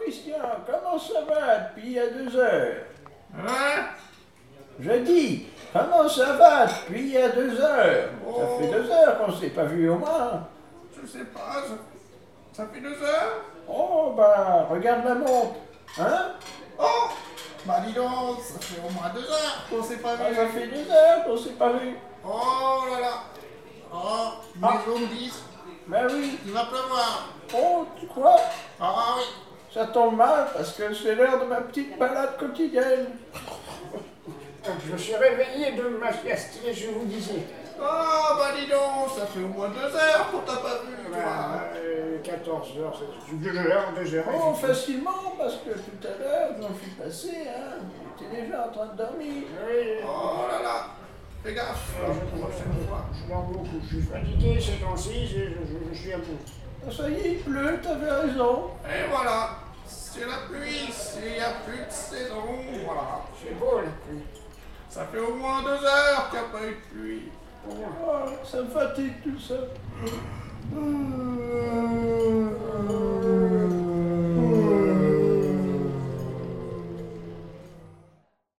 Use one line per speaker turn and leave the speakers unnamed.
Christian, comment ça va depuis il y a deux heures
Hein
Je dis, comment ça va depuis il y a deux heures
Oh.
Ça fait deux heures qu'on s'est pas vu au moins.
Je sais pas, ça, ça fait deux heures
Oh, bah, regarde la montre. Hein
Oh Bah dis donc, ça fait au moins deux heures qu'on s'est pas
Ah,
vu
Ça fait deux heures qu'on s'est pas vu.
Oh là là Oh, les
Ah.
gens me disent
Ben oui.
qu'il va pleuvoir
Oh, tu crois
Ah oui
Ça tombe mal parce que c'est l'heure de ma petite balade quotidienne.
Je me suis réveillé de ma sieste et je vous disais.
Ah bah dis donc, ça fait au moins deux heures qu'on t'a pas vu toi.
Euh, 14 heures, c'est 2 heures, 2 heures.
Oh, facilement, parce que tout à l'heure, j'en suis passé, hein. J'étais déjà en train de dormir.
Oui,
Oh là là Fais gaffe
je, je dors beaucoup, je suis fatigué ces temps-ci, je, je- je suis à bout.
Ah, Ça y est, il pleut, t'avais raison.
Et voilà C'est la pluie, il n'y a plus de saison, voilà
C'est beau la pluie.
Ça fait au moins deux heures qu'il n'y a pas eu de pluie
Oh, ça me fatigue tout ça.